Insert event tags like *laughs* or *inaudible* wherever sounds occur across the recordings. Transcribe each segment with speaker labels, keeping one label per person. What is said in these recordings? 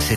Speaker 1: se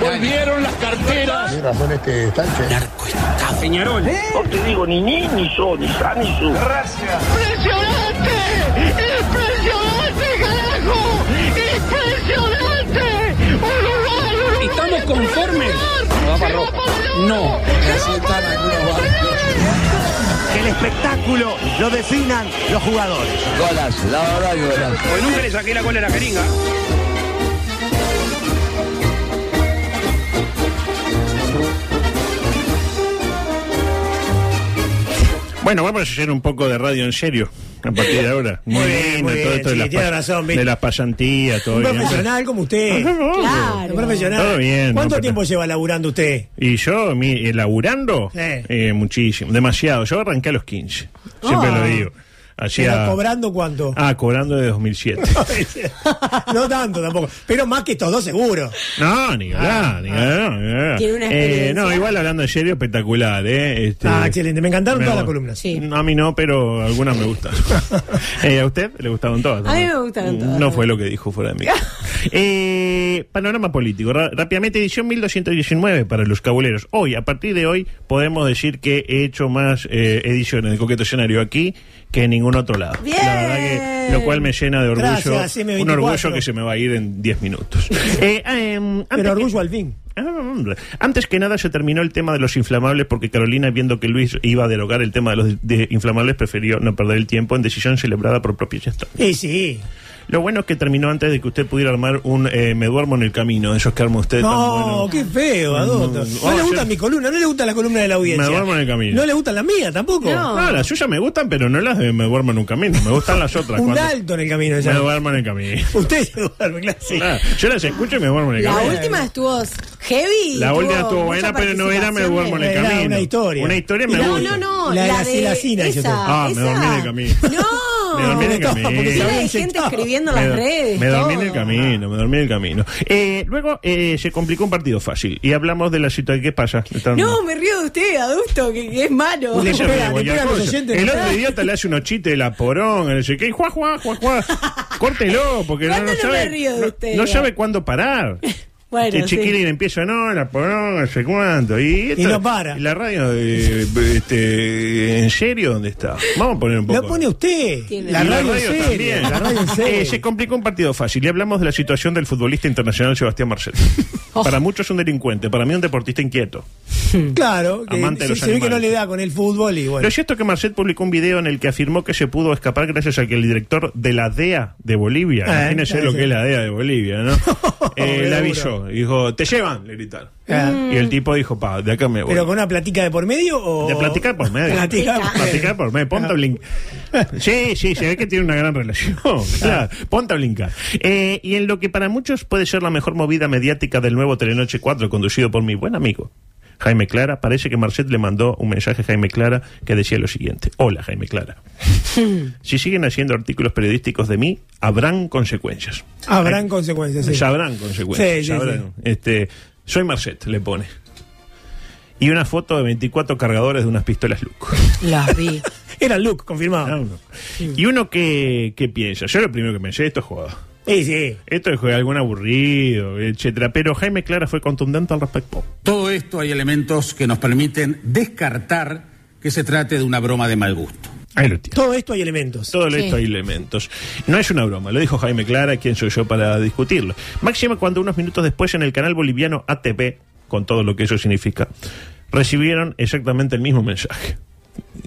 Speaker 2: Volvieron las carteras.
Speaker 3: este
Speaker 4: Peñarol.
Speaker 3: Eh,
Speaker 5: No te digo ni ni, ni yo, ni sa, ni su.
Speaker 6: ¡Impresionante! ¡Impresionante, carajo! ¡Impresionante! ¡Uruguay, Uruguay!
Speaker 2: ¿Estamos conformes?
Speaker 6: ¡Se va para rojo!
Speaker 2: No.
Speaker 6: ¡Se va para rojo, señores!
Speaker 7: Que el espectáculo lo definan los jugadores.
Speaker 4: Porque nunca le saqué la cola a la jeringa.
Speaker 8: Bueno, vamos a hacer un poco de radio en serio a partir de ahora. Muy,
Speaker 7: bien, muy
Speaker 8: todo
Speaker 7: bien,
Speaker 8: esto de,
Speaker 7: sí,
Speaker 8: las
Speaker 7: tiene
Speaker 8: pas-
Speaker 7: razón, Vic.
Speaker 8: de las pasantías, todo
Speaker 7: Un
Speaker 8: bien. *laughs*
Speaker 7: profesional como usted.
Speaker 8: Claro.
Speaker 7: Un profesional.
Speaker 8: Todo bien,
Speaker 7: ¿Cuánto
Speaker 8: no,
Speaker 7: tiempo
Speaker 8: pero-
Speaker 7: lleva laburando usted?
Speaker 8: Y yo, mi, eh, laburando,
Speaker 7: Sí.
Speaker 8: eh, muchísimo, demasiado. Yo arranqué a los 15, siempre
Speaker 7: Ah.
Speaker 8: lo digo.
Speaker 7: ¿Lleva
Speaker 8: Hacía,
Speaker 7: cobrando cuánto?
Speaker 8: ah, cobrando de 2007.
Speaker 7: *laughs* no tanto tampoco. Pero más que estos dos seguro.
Speaker 8: No, ni hablar,
Speaker 7: Ah.
Speaker 8: ni hablar, ni hablar.
Speaker 9: Tiene una
Speaker 8: Eh,
Speaker 9: experiencia.
Speaker 8: no, igual hablando en serio, espectacular, ¿eh? Este,
Speaker 7: Ah, excelente. Me encantaron
Speaker 8: me
Speaker 7: todas las
Speaker 8: gusta.
Speaker 7: columnas.
Speaker 9: Sí.
Speaker 8: No, Mm, a mí no, pero algunas me
Speaker 7: *laughs*
Speaker 8: gustan. Eh, ¿A usted le gustaron todas?
Speaker 9: A mí me
Speaker 8: ¿no?
Speaker 9: gustaron todas.
Speaker 8: No fue lo que dijo fuera de
Speaker 9: *laughs*
Speaker 8: mí. Eh, panorama político. Ra- rápidamente, edición 1219 para los cabuleros. Hoy, a partir de hoy, podemos decir que he hecho más eh, ediciones de Coqueto Escenario aquí que en ningún otro lado.
Speaker 9: Bien.
Speaker 8: La verdad que, lo cual me llena de orgullo.
Speaker 7: Gracias, M24.
Speaker 8: un orgullo que se me va a ir en 10
Speaker 7: *laughs*
Speaker 8: minutos. Eh, ah, em, antes
Speaker 7: Pero
Speaker 8: que-
Speaker 7: orgullo al fin.
Speaker 8: Ah, Antes que nada se terminó el tema de los inflamables porque Carolina, viendo que Luis iba a derogar el tema de los de- inflamables, prefirió no perder el tiempo en decisión celebrada por propia gestión.
Speaker 7: Y sí.
Speaker 8: Lo bueno es que terminó antes de que usted pudiera armar un eh, me duermo en el camino, esos que arma usted
Speaker 7: No,
Speaker 8: tan bueno.
Speaker 7: qué feo, Adolfo.
Speaker 8: Mm,
Speaker 7: No
Speaker 8: vamos
Speaker 7: le
Speaker 8: a
Speaker 7: gusta
Speaker 8: hacer-
Speaker 7: mi columna, no le gusta la columna de la audiencia.
Speaker 8: Me duermo en el camino. Ah,
Speaker 7: No le gusta la mía tampoco.
Speaker 9: No.
Speaker 8: Oh, No, las suyas me gustan, pero no las de me duermo en un camino, me gustan las otras.
Speaker 9: *laughs*
Speaker 7: Un
Speaker 8: cuando-
Speaker 7: alto en el camino.
Speaker 8: Me
Speaker 7: ella.
Speaker 8: duermo en el camino. *laughs*
Speaker 7: Usted se duerme, claro. sí.
Speaker 8: Claro, yo las escucho y me duermo en el
Speaker 9: La
Speaker 8: camino.
Speaker 9: última estuvo heavy.
Speaker 8: eh, La última estuvo buena, pero no era me duermo en el
Speaker 7: Era
Speaker 8: camino.
Speaker 7: una historia.
Speaker 8: Una historia me
Speaker 9: No,
Speaker 8: gusta.
Speaker 9: no,
Speaker 7: La
Speaker 9: no.
Speaker 7: de
Speaker 9: La,
Speaker 7: la
Speaker 9: de
Speaker 7: silacina, yo
Speaker 9: esa,
Speaker 8: Ah, me dormí en el camino.
Speaker 9: No.
Speaker 8: Me dormí en el
Speaker 7: No, porque
Speaker 8: camino.
Speaker 7: se había
Speaker 9: Llena de gente
Speaker 7: inyectado.
Speaker 9: escribiendo
Speaker 8: Me
Speaker 9: las
Speaker 8: do-
Speaker 9: redes.
Speaker 8: Me dormí en el
Speaker 9: todo.
Speaker 8: camino, me dormí en el camino. Eh, luego eh, se complicó un partido fácil y hablamos de la situación. ¿Qué pasa? Están-
Speaker 9: No, *laughs* me río de usted, adusto, que, que es malo.
Speaker 8: Ella
Speaker 7: espera,
Speaker 8: me
Speaker 7: espera
Speaker 8: cualquier
Speaker 7: a los
Speaker 8: cosa.
Speaker 7: oyentes,
Speaker 8: el
Speaker 7: ¿no?
Speaker 8: otro idiota le hace unos chistes de la poronga, no sé qué, y juá, juá, juá, juá. Córtelo, porque no,
Speaker 9: ¿Cuándo
Speaker 8: no
Speaker 9: no
Speaker 8: sabe,
Speaker 9: me río de
Speaker 8: no-
Speaker 9: usted?
Speaker 8: no sabe cuándo parar.
Speaker 9: Bueno,
Speaker 8: el
Speaker 9: sí.
Speaker 8: chiquilín empieza, no, la poronga, no sé cuánto. Y, esto-
Speaker 7: Y no para.
Speaker 8: y la radio, eh, este, ¿en serio dónde está? Vamos a poner un poco.
Speaker 7: La pone usted.
Speaker 9: Tiene
Speaker 7: La
Speaker 8: Y
Speaker 7: radio en serio.
Speaker 8: también.
Speaker 7: La radio
Speaker 8: *laughs*
Speaker 7: en
Speaker 8: Eh, se
Speaker 7: serio.
Speaker 8: complicó un partido fácil y hablamos de la situación del futbolista internacional Sebastián
Speaker 7: *laughs*
Speaker 8: Marcelo. Para muchos un delincuente, para mí un deportista inquieto.
Speaker 7: Claro, que
Speaker 8: Amante de
Speaker 7: se,
Speaker 8: los
Speaker 7: se ve que no
Speaker 8: animales.
Speaker 7: le da con el fútbol y
Speaker 8: Lo
Speaker 7: bueno.
Speaker 8: cierto es que Marcet publicó un video en el que afirmó que se pudo escapar gracias a que el director de la DEA de Bolivia,
Speaker 7: Ah,
Speaker 8: imagínense
Speaker 7: ah,
Speaker 8: lo
Speaker 7: sí.
Speaker 8: que es la DEA de Bolivia,
Speaker 7: *laughs*
Speaker 8: ¿no? Eh,
Speaker 7: Seguro.
Speaker 8: le avisó, dijo, te llevan, le gritaron.
Speaker 7: Ah.
Speaker 8: Y el tipo dijo, pa, de acá me voy.
Speaker 7: ¿Pero con una platica de por medio o...?
Speaker 8: De platicar por medio.
Speaker 7: Platicar por medio.
Speaker 8: Platicar por medio. pues, Ponte a blincar. Sí, sí, se ve que tiene una gran relación. *laughs* Claro. Ponte a blincar. Eh, y en lo que para muchos puede ser la mejor movida mediática del nuevo Telenoche 4, conducido por mi buen amigo. Jaime Clara, parece que Marcet le mandó un mensaje a Jaime Clara que decía lo siguiente. Hola, Jaime
Speaker 7: *laughs*
Speaker 8: Clara. Si siguen haciendo artículos periodísticos de mí, habrán consecuencias.
Speaker 7: Habrán consecuencias, sí.
Speaker 8: Sabrán consecuencias.
Speaker 7: Sí, sí,
Speaker 8: sabrán. Este, soy Marcet, le pone. Y una foto de 24 cargadores de unas pistolas Luke.
Speaker 10: Las
Speaker 9: *laughs*
Speaker 10: vi.
Speaker 7: Era Luke, confirmado.
Speaker 8: Y uno que, que piensa, yo lo primero que pensé, esto es jugado.
Speaker 7: Sí, sí.
Speaker 8: Esto es algún aburrido, etcétera. Pero Jaime Clara fue contundente al respecto.
Speaker 2: Todo esto hay elementos que nos permiten descartar que se trate de una broma de mal gusto.
Speaker 8: Ahí lo tiene.
Speaker 7: Todo esto hay elementos.
Speaker 8: Todo esto hay elementos. No es una broma, lo dijo Jaime Clara, quién soy yo para discutirlo. Máxima cuando unos minutos después en el canal boliviano ATP, con todo lo que eso significa, recibieron exactamente el mismo mensaje.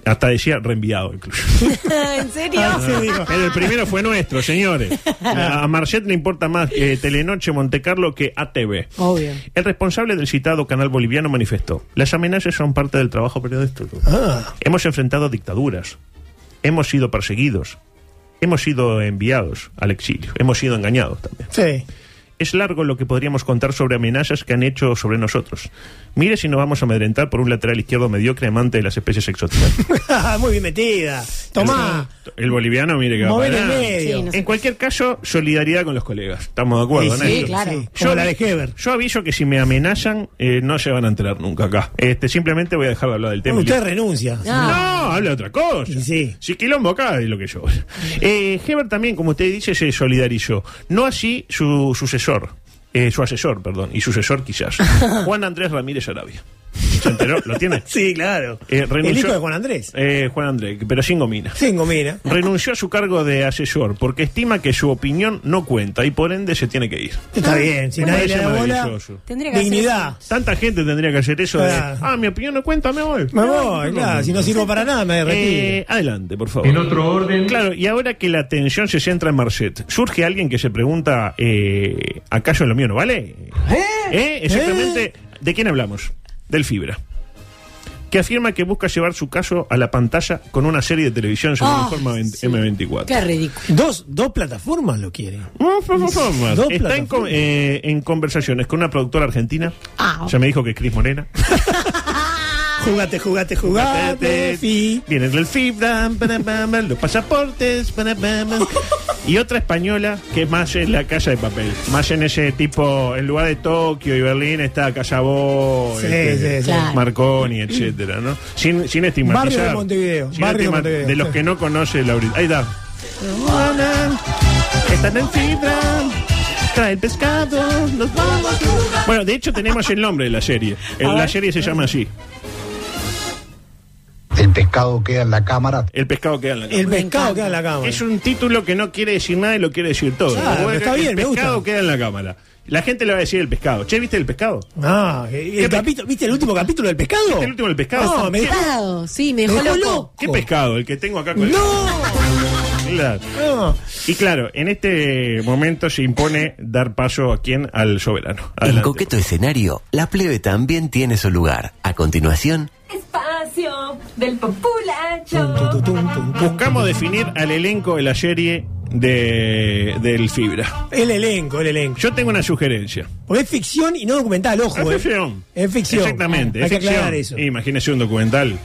Speaker 8: Hasta decía reenviado incluso.
Speaker 9: Ah, ¿En serio?
Speaker 10: Ah,
Speaker 8: *laughs* Pero el primero fue nuestro, señores. A Marcet le importa más eh, Telenoche Monte Carlo que ATV.
Speaker 9: Obvio.
Speaker 8: El responsable del citado canal boliviano manifestó, las amenazas son parte del trabajo periodístico.
Speaker 7: Ah,
Speaker 8: Hemos enfrentado dictaduras, hemos sido perseguidos, Hemos sido enviados al exilio, hemos sido engañados también.
Speaker 7: Sí. *laughs*
Speaker 8: Es largo lo que podríamos contar sobre amenazas que han hecho sobre nosotros. Mire si nos vamos a amedrentar por un lateral izquierdo mediocre amante de las especies exóticas.
Speaker 7: Muy bien metida. *laughs* Tomá.
Speaker 8: El boliviano, mire que va
Speaker 7: Mover
Speaker 8: para
Speaker 7: el
Speaker 8: adelante.
Speaker 7: medio.
Speaker 9: Sí, no sé.
Speaker 8: En cualquier caso, solidaridad con los colegas. Estamos de acuerdo
Speaker 7: Sí,
Speaker 8: en
Speaker 7: sí,
Speaker 8: eso.
Speaker 9: claro.
Speaker 7: Como la de
Speaker 8: avi-
Speaker 7: Heber.
Speaker 8: yo aviso que si me amenazan, eh, no se van a enterar nunca acá. Este, simplemente voy a dejar de hablar del tema.
Speaker 7: Usted renuncia.
Speaker 8: No,
Speaker 9: Ah,
Speaker 8: habla de otra cosa.
Speaker 7: Y sí.
Speaker 8: Si quilombo acá es lo que yo. Eh, Heber también, como usted dice, se solidarizó. No así su sucesor, eh, su asesor, perdón, y sucesor
Speaker 7: *laughs*
Speaker 8: quizás. Juan Andrés Ramírez Arabia. ¿Se enteró? ¿Lo tiene?
Speaker 7: *laughs* Sí, claro.
Speaker 8: Eh,
Speaker 7: el
Speaker 8: renunció-
Speaker 7: hijo de Juan Andrés.
Speaker 8: Eh, Juan Andrés, pero sin gomina.
Speaker 7: Cinco, mira.
Speaker 8: Renunció a su cargo de asesor porque estima que su opinión no cuenta y por ende se tiene que ir.
Speaker 7: Está bien. Si
Speaker 8: Me
Speaker 7: nadie le
Speaker 8: parece
Speaker 7: da bola,
Speaker 8: maravilloso.
Speaker 9: tendría que hacer
Speaker 7: dignidad.
Speaker 8: Tanta gente tendría que hacer eso de,
Speaker 7: Claro.
Speaker 8: ah, mi opinión no cuenta, me voy.
Speaker 7: Me voy, claro. Si no sirvo para nada, me retiro.
Speaker 8: Eh, adelante, por favor. En otro orden. Claro, y ahora que la atención se centra en Marcet, surge alguien que se pregunta, eh, ¿acaso lo mío no vale? ¿Eh? Exactamente. ¿De quién hablamos? Del Fibra. Que afirma que busca llevar su caso a la pantalla con una serie de televisión sobre
Speaker 9: Ah,
Speaker 8: el forma
Speaker 9: sí.
Speaker 8: M24.
Speaker 9: Qué ridículo.
Speaker 7: Dos, dos plataformas lo quieren. Dos
Speaker 8: Está en, con-
Speaker 7: plataformas.
Speaker 8: eh, en conversaciones con una productora argentina.
Speaker 9: Ah.
Speaker 8: Ya me dijo que es Cris Morena.
Speaker 7: Jugate, jugate, jugate. fi.
Speaker 8: Viene el FIBDA, los pasaportes, para, para, *laughs* para. y otra española que es más en la casa de papel. Más en ese tipo, en lugar de Tokio y Berlín está Casabó,
Speaker 7: Sí,
Speaker 8: este,
Speaker 7: sí, sí.
Speaker 8: Marconi, etcétera, ¿no? Sin, sin estigmatizar.
Speaker 7: Barrio de Montevideo,
Speaker 8: Sin
Speaker 7: barrio de
Speaker 8: estigma-
Speaker 7: Montevideo,
Speaker 8: de los
Speaker 7: sí.
Speaker 8: que no conoce Laurita. Ahí está. Están en fibra. Trae el pescado, nos vamos. Bueno, de hecho tenemos el nombre de la serie. El- la serie se llama así.
Speaker 11: El pescado queda en la cámara.
Speaker 8: El pescado queda en la
Speaker 7: El
Speaker 8: cámara.
Speaker 7: pescado queda en la cámara.
Speaker 8: Es un título que no quiere decir nada y lo quiere decir todo.
Speaker 7: Claro,
Speaker 8: Bueno,
Speaker 7: está bien,
Speaker 8: el
Speaker 7: me
Speaker 8: pescado
Speaker 7: gusta.
Speaker 8: queda en la cámara. La gente le va a decir el pescado. Che, ¿viste el pescado?
Speaker 7: Ah, el
Speaker 8: ¿Qué pe-
Speaker 7: capítulo- ¿viste el último capítulo del pescado?
Speaker 8: ¿Viste el último del pescado?
Speaker 7: Oh. No, me dejó-
Speaker 9: Claro, sí, me
Speaker 7: me
Speaker 9: dejó
Speaker 7: dejó
Speaker 9: *laughs* loco.
Speaker 7: loco.
Speaker 8: ¿Qué pescado? El que tengo acá con Claro.
Speaker 7: No.
Speaker 8: Y claro, en este momento se impone dar paso a quién? Al soberano.
Speaker 1: En
Speaker 8: Adelante.
Speaker 1: coqueto escenario, la plebe también tiene su lugar. A continuación,
Speaker 11: Espacio del populacho.
Speaker 7: Tum, tum, tum, tum, tum.
Speaker 8: Buscamos definir al elenco de la serie de, del Fibra.
Speaker 7: El elenco, el elenco.
Speaker 8: Yo tengo una sugerencia.
Speaker 7: Porque es ficción y no documental, ojo.
Speaker 8: Es
Speaker 7: eh.
Speaker 8: ficción.
Speaker 7: Es ficción.
Speaker 8: Exactamente.
Speaker 7: Hay
Speaker 8: es
Speaker 7: que
Speaker 8: ficción.
Speaker 7: aclarar eso. *laughs*
Speaker 8: Imagínese un documental.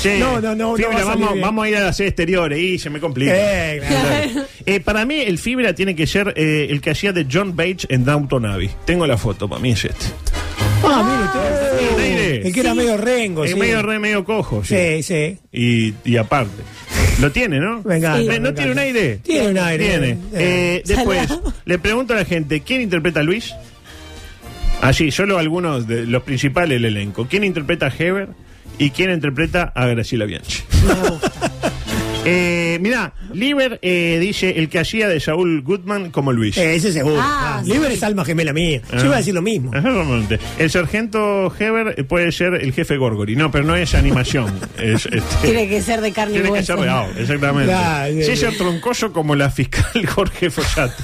Speaker 8: Che,
Speaker 7: no, no, no. no
Speaker 8: Fibra,
Speaker 7: va a salir
Speaker 8: vamos,
Speaker 7: bien.
Speaker 8: vamos a ir a las sedes exteriores. Y se me complica.
Speaker 7: Eh, claro.
Speaker 8: Eh, para mí, el Fibra tiene que ser eh, el que hacía de John Bates en Downton Abbey. Tengo la foto, para mí es este.
Speaker 7: Ah, mire usted.
Speaker 8: Sí, mire.
Speaker 7: El que era medio rengo,
Speaker 8: Es
Speaker 7: sí.
Speaker 8: medio re, medio cojo. sí.
Speaker 7: Sí, sí.
Speaker 8: Y, y aparte. Lo tiene, ¿no?
Speaker 7: Me encanta,
Speaker 8: Eh,
Speaker 7: me
Speaker 8: ¿No
Speaker 7: encanta.
Speaker 8: tiene un aire?
Speaker 7: Tiene un aire.
Speaker 8: Tiene.
Speaker 7: Eh,
Speaker 8: Eh, después,
Speaker 9: Salado.
Speaker 8: le pregunto a la gente, ¿quién interpreta a Luis? Ah, Así, solo algunos de los principales del elenco. ¿Quién interpreta a Heber? ¿Y quién interpreta a Graciela
Speaker 7: *laughs*
Speaker 8: Bianchi? Eh, mirá, Lieber eh, dice el que hacía de Saúl Goodman como Luis.
Speaker 7: Eh, ese seguro.
Speaker 9: Ah,
Speaker 7: Ah,
Speaker 9: sí.
Speaker 7: Libre es alma gemela mía.
Speaker 8: Ah.
Speaker 7: Yo iba a decir lo mismo.
Speaker 8: Exactamente. El sargento Heber eh, puede ser el jefe Gorgory. No, pero no es
Speaker 7: *laughs*
Speaker 8: animación. es, este,
Speaker 9: Tiene que ser de carne y
Speaker 8: Tiene que
Speaker 9: hueso.
Speaker 8: ser real, exactamente.
Speaker 7: Claro, sí,
Speaker 8: César Troncoso como la fiscal *laughs* Jorge
Speaker 7: *laughs*
Speaker 8: Follato.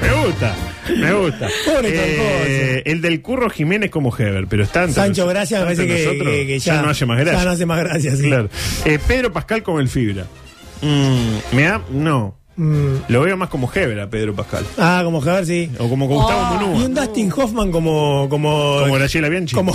Speaker 8: me gusta, me gusta. Eh,
Speaker 7: Pobre
Speaker 8: el del Curro Jiménez como Heber, pero está entre
Speaker 7: Sancho
Speaker 8: nos-
Speaker 7: Gracias me
Speaker 8: está
Speaker 7: parece
Speaker 8: entre
Speaker 7: que,
Speaker 8: nosotros,
Speaker 7: que- que
Speaker 8: ya, no hace más gracia.
Speaker 7: Ya no hace más gracia, sí.
Speaker 8: Claro. Eh, Pedro Pascal como el Fibra. Mm, me da, no.
Speaker 7: Mm.
Speaker 8: Lo veo más como Heber a Pedro Pascal.
Speaker 7: Ah, como Javier, sí.
Speaker 8: O como Gustavo
Speaker 7: Oh, Y
Speaker 8: Munúa.
Speaker 7: un Dustin Hoffman como. Como.
Speaker 8: Como Graciela Bianchi.
Speaker 7: como-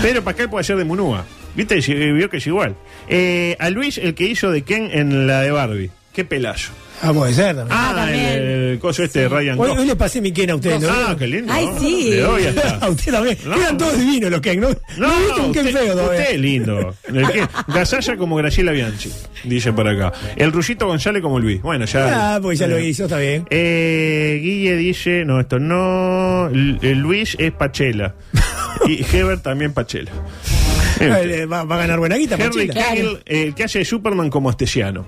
Speaker 8: Pedro Pascal puede ser de Munúa. ¿Viste? Sí, Vio que es igual. Eh, a Luis, el que hizo de Ken en la de Barbie. Qué pelazo.
Speaker 7: ah, puede ser también.
Speaker 8: Ah,
Speaker 9: Ah, también.
Speaker 8: el, el coso este de Ryan
Speaker 7: hoy, hoy
Speaker 8: Gosling.
Speaker 7: le pasé mi Ken a usted, ¿no?
Speaker 8: Ah, qué lindo.
Speaker 9: Ay,
Speaker 8: ¿no?
Speaker 9: sí.
Speaker 8: Le doy hasta.
Speaker 7: *laughs* a usted también.
Speaker 8: No.
Speaker 7: Eran todos divinos los Ken, ¿no?
Speaker 8: No,
Speaker 7: he visto un Ken
Speaker 8: usted,
Speaker 7: feo todavía.
Speaker 8: usted es lindo. El que- Gasalla como Graciela Bianchi, dice por acá. El Rullito González como Luis. Bueno, ya.
Speaker 7: Ah, pues ya lo hizo, está bien.
Speaker 8: Eh, Guille dice, no, esto no. L- eh, Luis es
Speaker 7: *laughs*
Speaker 8: Pachela. y Heber también Pachela. Este.
Speaker 7: Eh, le Va, va a ganar buena guita,
Speaker 8: Henry
Speaker 7: Pachila.
Speaker 8: Cavill, eh, el que hace de Superman como Astesiano.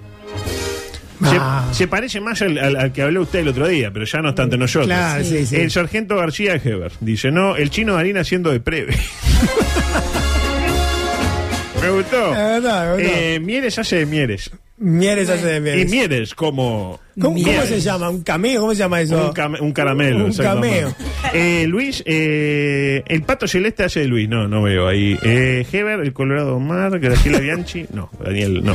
Speaker 8: Se,
Speaker 7: Ah,
Speaker 8: se parece más al, al- al que habló usted el otro día, pero ya no está entre nosotros.
Speaker 7: Claro, sí, sí.
Speaker 8: El sargento García Heber dice: No, el chino Darín haciendo de preve. *laughs* me gustó.
Speaker 7: Es verdad, es verdad.
Speaker 8: Eh, Mieres hace de Mieres.
Speaker 7: Mieres hace de
Speaker 8: Y
Speaker 7: Mieres.
Speaker 8: Mieres como...
Speaker 7: ¿Cómo, cómo
Speaker 8: Mieres.
Speaker 7: se llama? ¿Un cameo? ¿Cómo se llama eso?
Speaker 8: Un, cam- un caramelo.
Speaker 7: Un
Speaker 8: exactamente.
Speaker 7: cameo.
Speaker 8: Eh, Luis, eh, el pato celeste hace de Luis. No, no veo ahí. Eh, Heber, el Colorado Mar, Graciela Bianchi. No, Daniel, no.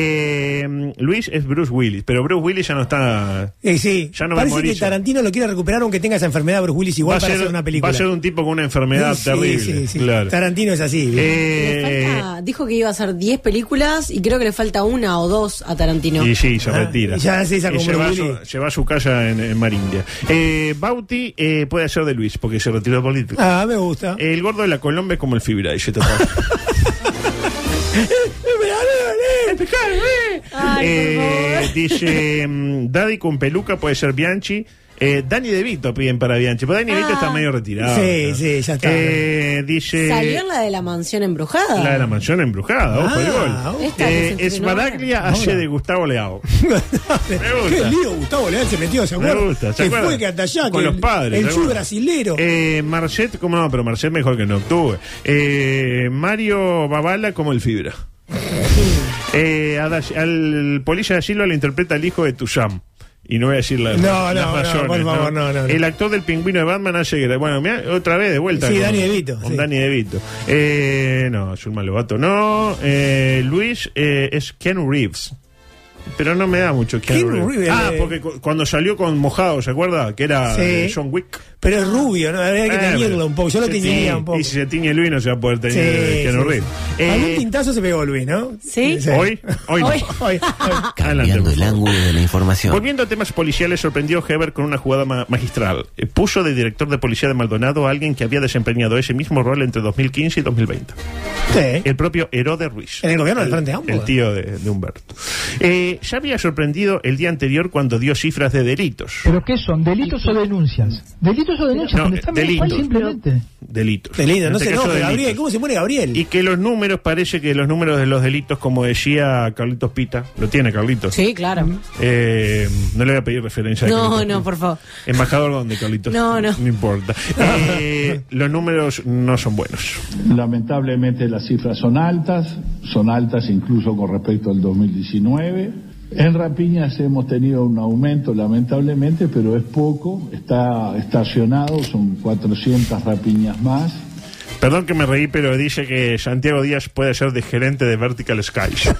Speaker 8: Eh, Luis es Bruce Willis, pero Bruce Willis ya no está.
Speaker 7: Eh, sí,
Speaker 8: Ya no me
Speaker 7: parece que
Speaker 8: memorizo.
Speaker 7: Tarantino lo quiere recuperar aunque tenga esa enfermedad Bruce Willis igual
Speaker 8: va,
Speaker 7: para
Speaker 8: a ser,
Speaker 7: hacer una película.
Speaker 8: va a ser un tipo con una enfermedad
Speaker 7: Sí,
Speaker 8: terrible.
Speaker 7: sí, sí.
Speaker 8: Claro.
Speaker 7: Tarantino es así. ¿viste?
Speaker 8: Eh,
Speaker 9: Le falta- dijo que iba a hacer 10 películas y creo que le falta una o dos a Tarantino.
Speaker 8: Y sí, se
Speaker 7: Ah,
Speaker 8: retira.
Speaker 7: y ya se hizo
Speaker 8: Y
Speaker 7: como
Speaker 8: lleva,
Speaker 7: Bruce
Speaker 8: su,
Speaker 7: Willis.
Speaker 8: lleva su casa en, en Marindia. Eh, Bauti eh, puede ser de Luis, porque se retiró de política.
Speaker 7: Ah, me gusta.
Speaker 8: El gordo de la Colombia es como el fibra. Y yo te paso.
Speaker 7: *laughs*
Speaker 9: Ay,
Speaker 8: Eh,
Speaker 9: por favor. *laughs*
Speaker 8: dice mm, Daddy con peluca puede ser Bianchi. Eh, Dani De Vito piden para Bianchi. Pero Dani De Vito
Speaker 9: Ah.
Speaker 8: está medio retirado.
Speaker 7: Sí,
Speaker 8: ¿no?
Speaker 7: sí, ya está.
Speaker 8: Eh, dice.
Speaker 9: ¿Salió en la de la mansión embrujada?
Speaker 8: La de la mansión embrujada, ojo el
Speaker 7: Ah,
Speaker 8: gol.
Speaker 9: esta que se
Speaker 8: Eh,
Speaker 9: estrenó
Speaker 8: es Baraglia
Speaker 7: ahora.
Speaker 8: hace
Speaker 7: Ahora.
Speaker 8: de Gustavo Leao. Me
Speaker 7: Qué
Speaker 8: gusta.
Speaker 7: lío Gustavo Leal se metió, ¿se
Speaker 8: Me
Speaker 7: acuerdan?
Speaker 8: gusta, ¿se
Speaker 7: que
Speaker 8: acuerdan?
Speaker 7: fue que hasta allá,
Speaker 8: Con
Speaker 7: que
Speaker 8: los padres.
Speaker 7: El
Speaker 8: ¿se
Speaker 7: sur
Speaker 8: acuerdan?
Speaker 7: brasilero.
Speaker 8: Eh, Marcet, como no, pero Marcet mejor que no obtuve. Eh, Mario Babala como el fibra. Eh, a Dash- al Polilla de Asilo le interpreta el hijo de Tusham. Y no voy a decir la,
Speaker 7: No,
Speaker 8: las
Speaker 7: no, no,
Speaker 8: razones,
Speaker 7: por favor, no, no, no.
Speaker 8: El actor del pingüino de Batman hace que- Bueno, mirá, otra vez de vuelta.
Speaker 7: Sí, Danny DeVito,
Speaker 8: Con
Speaker 7: sí.
Speaker 8: Danny DeVito. Eh, no, Zulma Lobato no. Eh, Luis eh, es Ken Reeves. Pero no me da mucho Ken,
Speaker 7: Ken Reeves,
Speaker 8: Ah,
Speaker 7: eh.
Speaker 8: porque cu- cuando salió con Mojado, ¿se acuerda? Que era
Speaker 7: Sí.
Speaker 8: eh, John Wick.
Speaker 7: Pero es rubio, ¿no? Habría que
Speaker 8: Eh,
Speaker 7: teñirlo un poco. Yo lo
Speaker 8: se
Speaker 7: teñiría
Speaker 8: tiñe,
Speaker 7: un poco. Ah,
Speaker 8: Y si se tiñe Luis no se va a poder teñir eh, Keanu Reeves. Eh,
Speaker 7: Algún tintazo se pegó Luis, ¿no?
Speaker 9: Sí.
Speaker 8: Hoy, hoy no.
Speaker 9: Hoy.
Speaker 7: Hoy, hoy.
Speaker 8: Adelante,
Speaker 1: Cambiando
Speaker 8: por
Speaker 1: el
Speaker 8: favor.
Speaker 1: ángulo de la información.
Speaker 8: Volviendo a temas policiales, sorprendió Heber con una jugada ma- magistral. Eh, Puso de director de policía de Maldonado a alguien que había desempeñado ese mismo rol entre 2015 y 2020.
Speaker 7: Sí.
Speaker 8: El propio Herode Ruiz.
Speaker 7: En el gobierno del Frente Amplio.
Speaker 8: El tío de, de Humberto. Eh, ya había sorprendido el día anterior cuando dio cifras de delitos.
Speaker 12: ¿Pero qué son? ¿Delitos o denuncias? ¿Delitos o denuncias?
Speaker 8: No,
Speaker 12: Cuando está mal,
Speaker 8: delitos.
Speaker 12: simplemente.
Speaker 8: Delitos.
Speaker 7: Qué lindo,
Speaker 8: En
Speaker 7: no
Speaker 8: este
Speaker 7: se
Speaker 8: caso,
Speaker 7: enoje,
Speaker 8: delitos.
Speaker 7: Gabriel. ¿Cómo se muere Gabriel?
Speaker 8: Y que los números, parece que los números de los delitos, como decía Carlitos Pita, lo tiene Carlitos.
Speaker 9: Sí, claro.
Speaker 8: Eh, no le voy a pedir referencia. a
Speaker 9: No,
Speaker 8: Carlitos
Speaker 9: no,
Speaker 8: Pita.
Speaker 9: por favor.
Speaker 8: Embajador donde, Carlitos.
Speaker 9: No, no.
Speaker 8: No importa. Eh, los números no son buenos.
Speaker 6: Lamentablemente las cifras son altas, son altas incluso con respecto al 2019. En rapiñas hemos tenido un aumento lamentablemente, pero es poco, está estacionado, son 400 rapiñas más.
Speaker 8: Perdón que me reí, pero dice que Santiago Díaz puede ser de gerente de Vertical
Speaker 9: *laughs*
Speaker 8: Skies.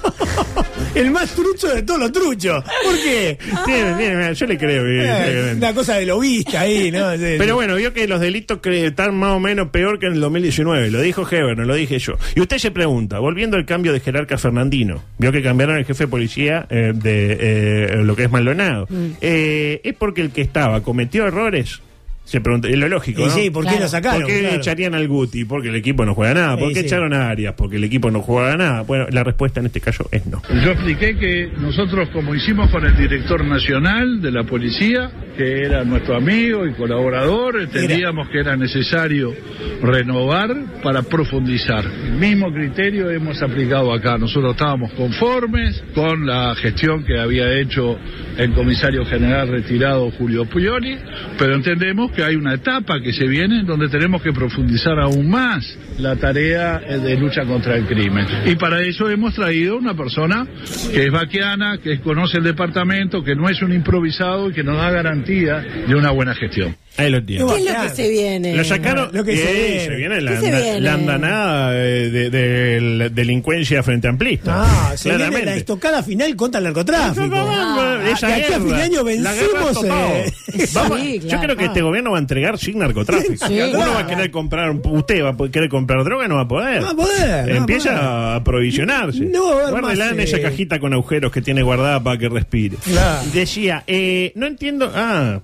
Speaker 7: El más trucho de todos los truchos. ¿Por qué?
Speaker 8: Tiene- tiene- yo le creo. eh,
Speaker 7: Eh,
Speaker 8: gerente.
Speaker 7: Una cosa de lobista
Speaker 8: *laughs*
Speaker 7: ahí, ¿no? Sí, sí.
Speaker 8: Pero bueno, vio que los delitos cre- están más o menos peor que en el 2019. Lo dijo Heber, no lo dije yo. Y usted se pregunta, volviendo al cambio de jerarca Fernandino, vio que cambiaron el jefe de policía eh, de eh, lo que es Maldonado.
Speaker 7: Mm.
Speaker 8: Eh, ¿Es porque el que estaba cometió errores? Se pregunta, es lo lógico.
Speaker 7: Y
Speaker 8: ¿no?
Speaker 7: sí, ¿por qué
Speaker 9: Claro.
Speaker 7: lo sacaron?
Speaker 8: ¿Por qué
Speaker 7: Claro.
Speaker 8: echarían al Guti? Porque el equipo no juega nada. ¿Por
Speaker 7: Sí,
Speaker 8: qué
Speaker 7: sí.
Speaker 8: echaron a Arias? Porque el equipo no juega nada. Bueno, la respuesta en este caso es no.
Speaker 6: Yo expliqué que nosotros, como hicimos con el director nacional de la policía, que era nuestro amigo y colaborador, entendíamos que era necesario renovar para profundizar. El mismo criterio hemos aplicado acá. Nosotros estábamos conformes con la gestión que había hecho el comisario general retirado Julio Puyoli, pero entendemos que hay una etapa que se viene en donde tenemos que profundizar aún más la tarea eh, de lucha contra el crimen. Y para eso hemos traído una persona que es vaquiana, que conoce el departamento, que no es un improvisado y que nos da garantía de una buena gestión.
Speaker 8: Ahí lo tiene.
Speaker 7: No,
Speaker 9: ¿Qué es lo
Speaker 7: claro.
Speaker 9: que se viene?
Speaker 8: Lo sacaron.
Speaker 7: Lo que se
Speaker 8: Eh,
Speaker 7: viene.
Speaker 8: la,
Speaker 9: ¿Qué se
Speaker 8: anda-
Speaker 9: viene?
Speaker 8: la andanada eh, de, de la delincuencia frente a amplista.
Speaker 7: Ah, se viene
Speaker 8: Claramente.
Speaker 7: la estocada final contra el narcotráfico.
Speaker 8: *laughs* Ah, esa
Speaker 7: de aquí a
Speaker 8: guerra.
Speaker 7: fin de año
Speaker 8: La guerra
Speaker 7: vencimos,
Speaker 8: topado.
Speaker 7: eh.
Speaker 9: Sí,
Speaker 8: *laughs* Vamos, Yo
Speaker 9: claro.
Speaker 8: creo que este gobierno va a entregar sin narcotráfico.
Speaker 9: Sí,
Speaker 8: Uno
Speaker 9: claro.
Speaker 8: va a querer comprar, usted va a querer comprar droga, no va a poder.
Speaker 7: No va a poder, no
Speaker 8: Empieza
Speaker 7: va a
Speaker 8: a aprovisionarse.
Speaker 7: No va a haber
Speaker 8: Guárdela
Speaker 7: más,
Speaker 8: en
Speaker 7: eh.
Speaker 8: esa cajita con agujeros que tiene guardada para que respire.
Speaker 7: Claro.
Speaker 8: Decía, eh, no entiendo. Ah.